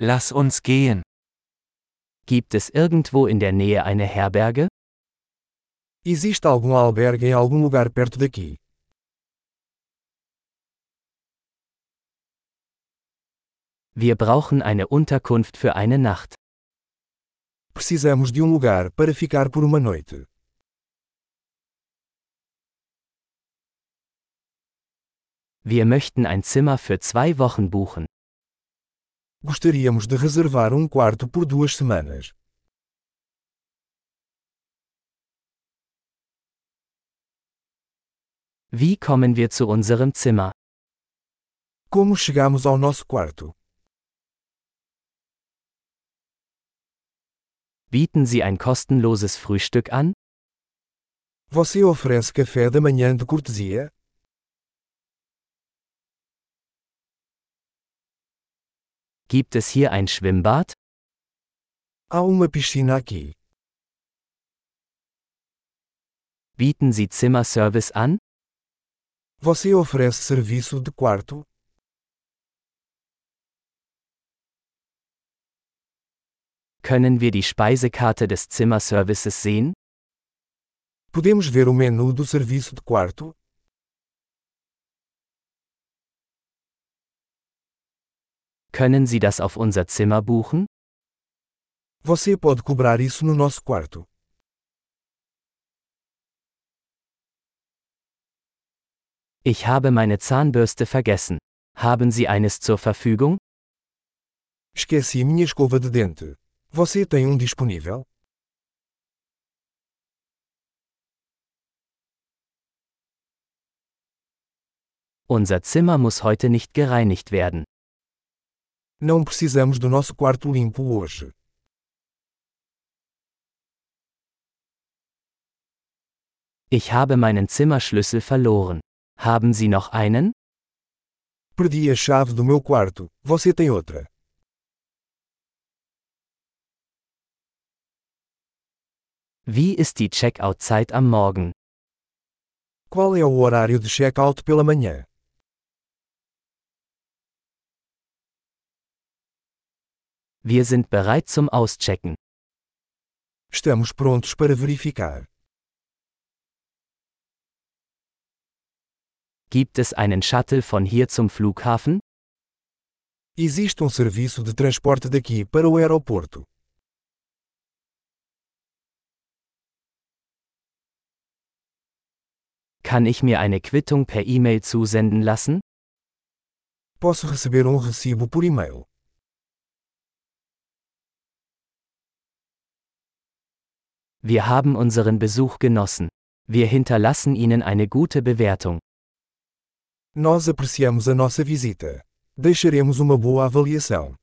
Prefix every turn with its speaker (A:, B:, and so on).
A: Lass uns gehen.
B: Gibt es irgendwo in der Nähe eine Herberge?
C: Existe algum albergue em algum lugar perto daqui?
B: Wir brauchen eine Unterkunft für eine Nacht.
C: Precisamos de um lugar para ficar por uma noite.
B: Wir möchten ein Zimmer für zwei Wochen buchen.
C: Gostaríamos de reservar um quarto por duas semanas.
B: Wie kommen wir zu unserem Zimmer?
C: Como chegamos ao nosso quarto?
B: Bieten Sie ein kostenloses Frühstück an?
C: Você oferece café da manhã de cortesia?
B: Gibt es hier ein Schwimmbad?
C: Há uma piscina aqui.
B: Bieten Sie Zimmerservice an?
C: Você oferece serviço de quarto?
B: Können wir die Speisekarte des Zimmerservices sehen?
C: Podemos ver o menu do serviço de quarto?
B: Können Sie das auf unser Zimmer buchen?
C: Você pode cobrar isso no nosso quarto.
B: Ich habe meine Zahnbürste vergessen. Haben Sie eines zur Verfügung?
C: Esqueci minha escova de dente. Você tem um disponível?
B: Unser Zimmer muss heute nicht gereinigt werden.
C: Não precisamos do nosso quarto limpo hoje.
B: Ich habe meinen Zimmerschlüssel verloren. Haben Sie noch einen?
C: Perdi a chave do meu quarto. Você tem outra?
B: Wie ist die Checkout-Zeit am Morgen?
C: Qual é o horário de check-out pela manhã?
B: Wir sind bereit zum Auschecken.
C: Estamos prontos para verificar.
B: Gibt es einen Shuttle von hier zum Flughafen?
C: Existe um serviço de transporte daqui para o aeroporto.
B: Kann ich mir eine Quittung per E-Mail zusenden lassen?
C: Posso receber um recibo por e-mail.
B: Wir haben unseren Besuch genossen. Wir hinterlassen Ihnen eine gute Bewertung.
C: Nós apreciamos a nossa visita. Deixaremos uma boa avaliação.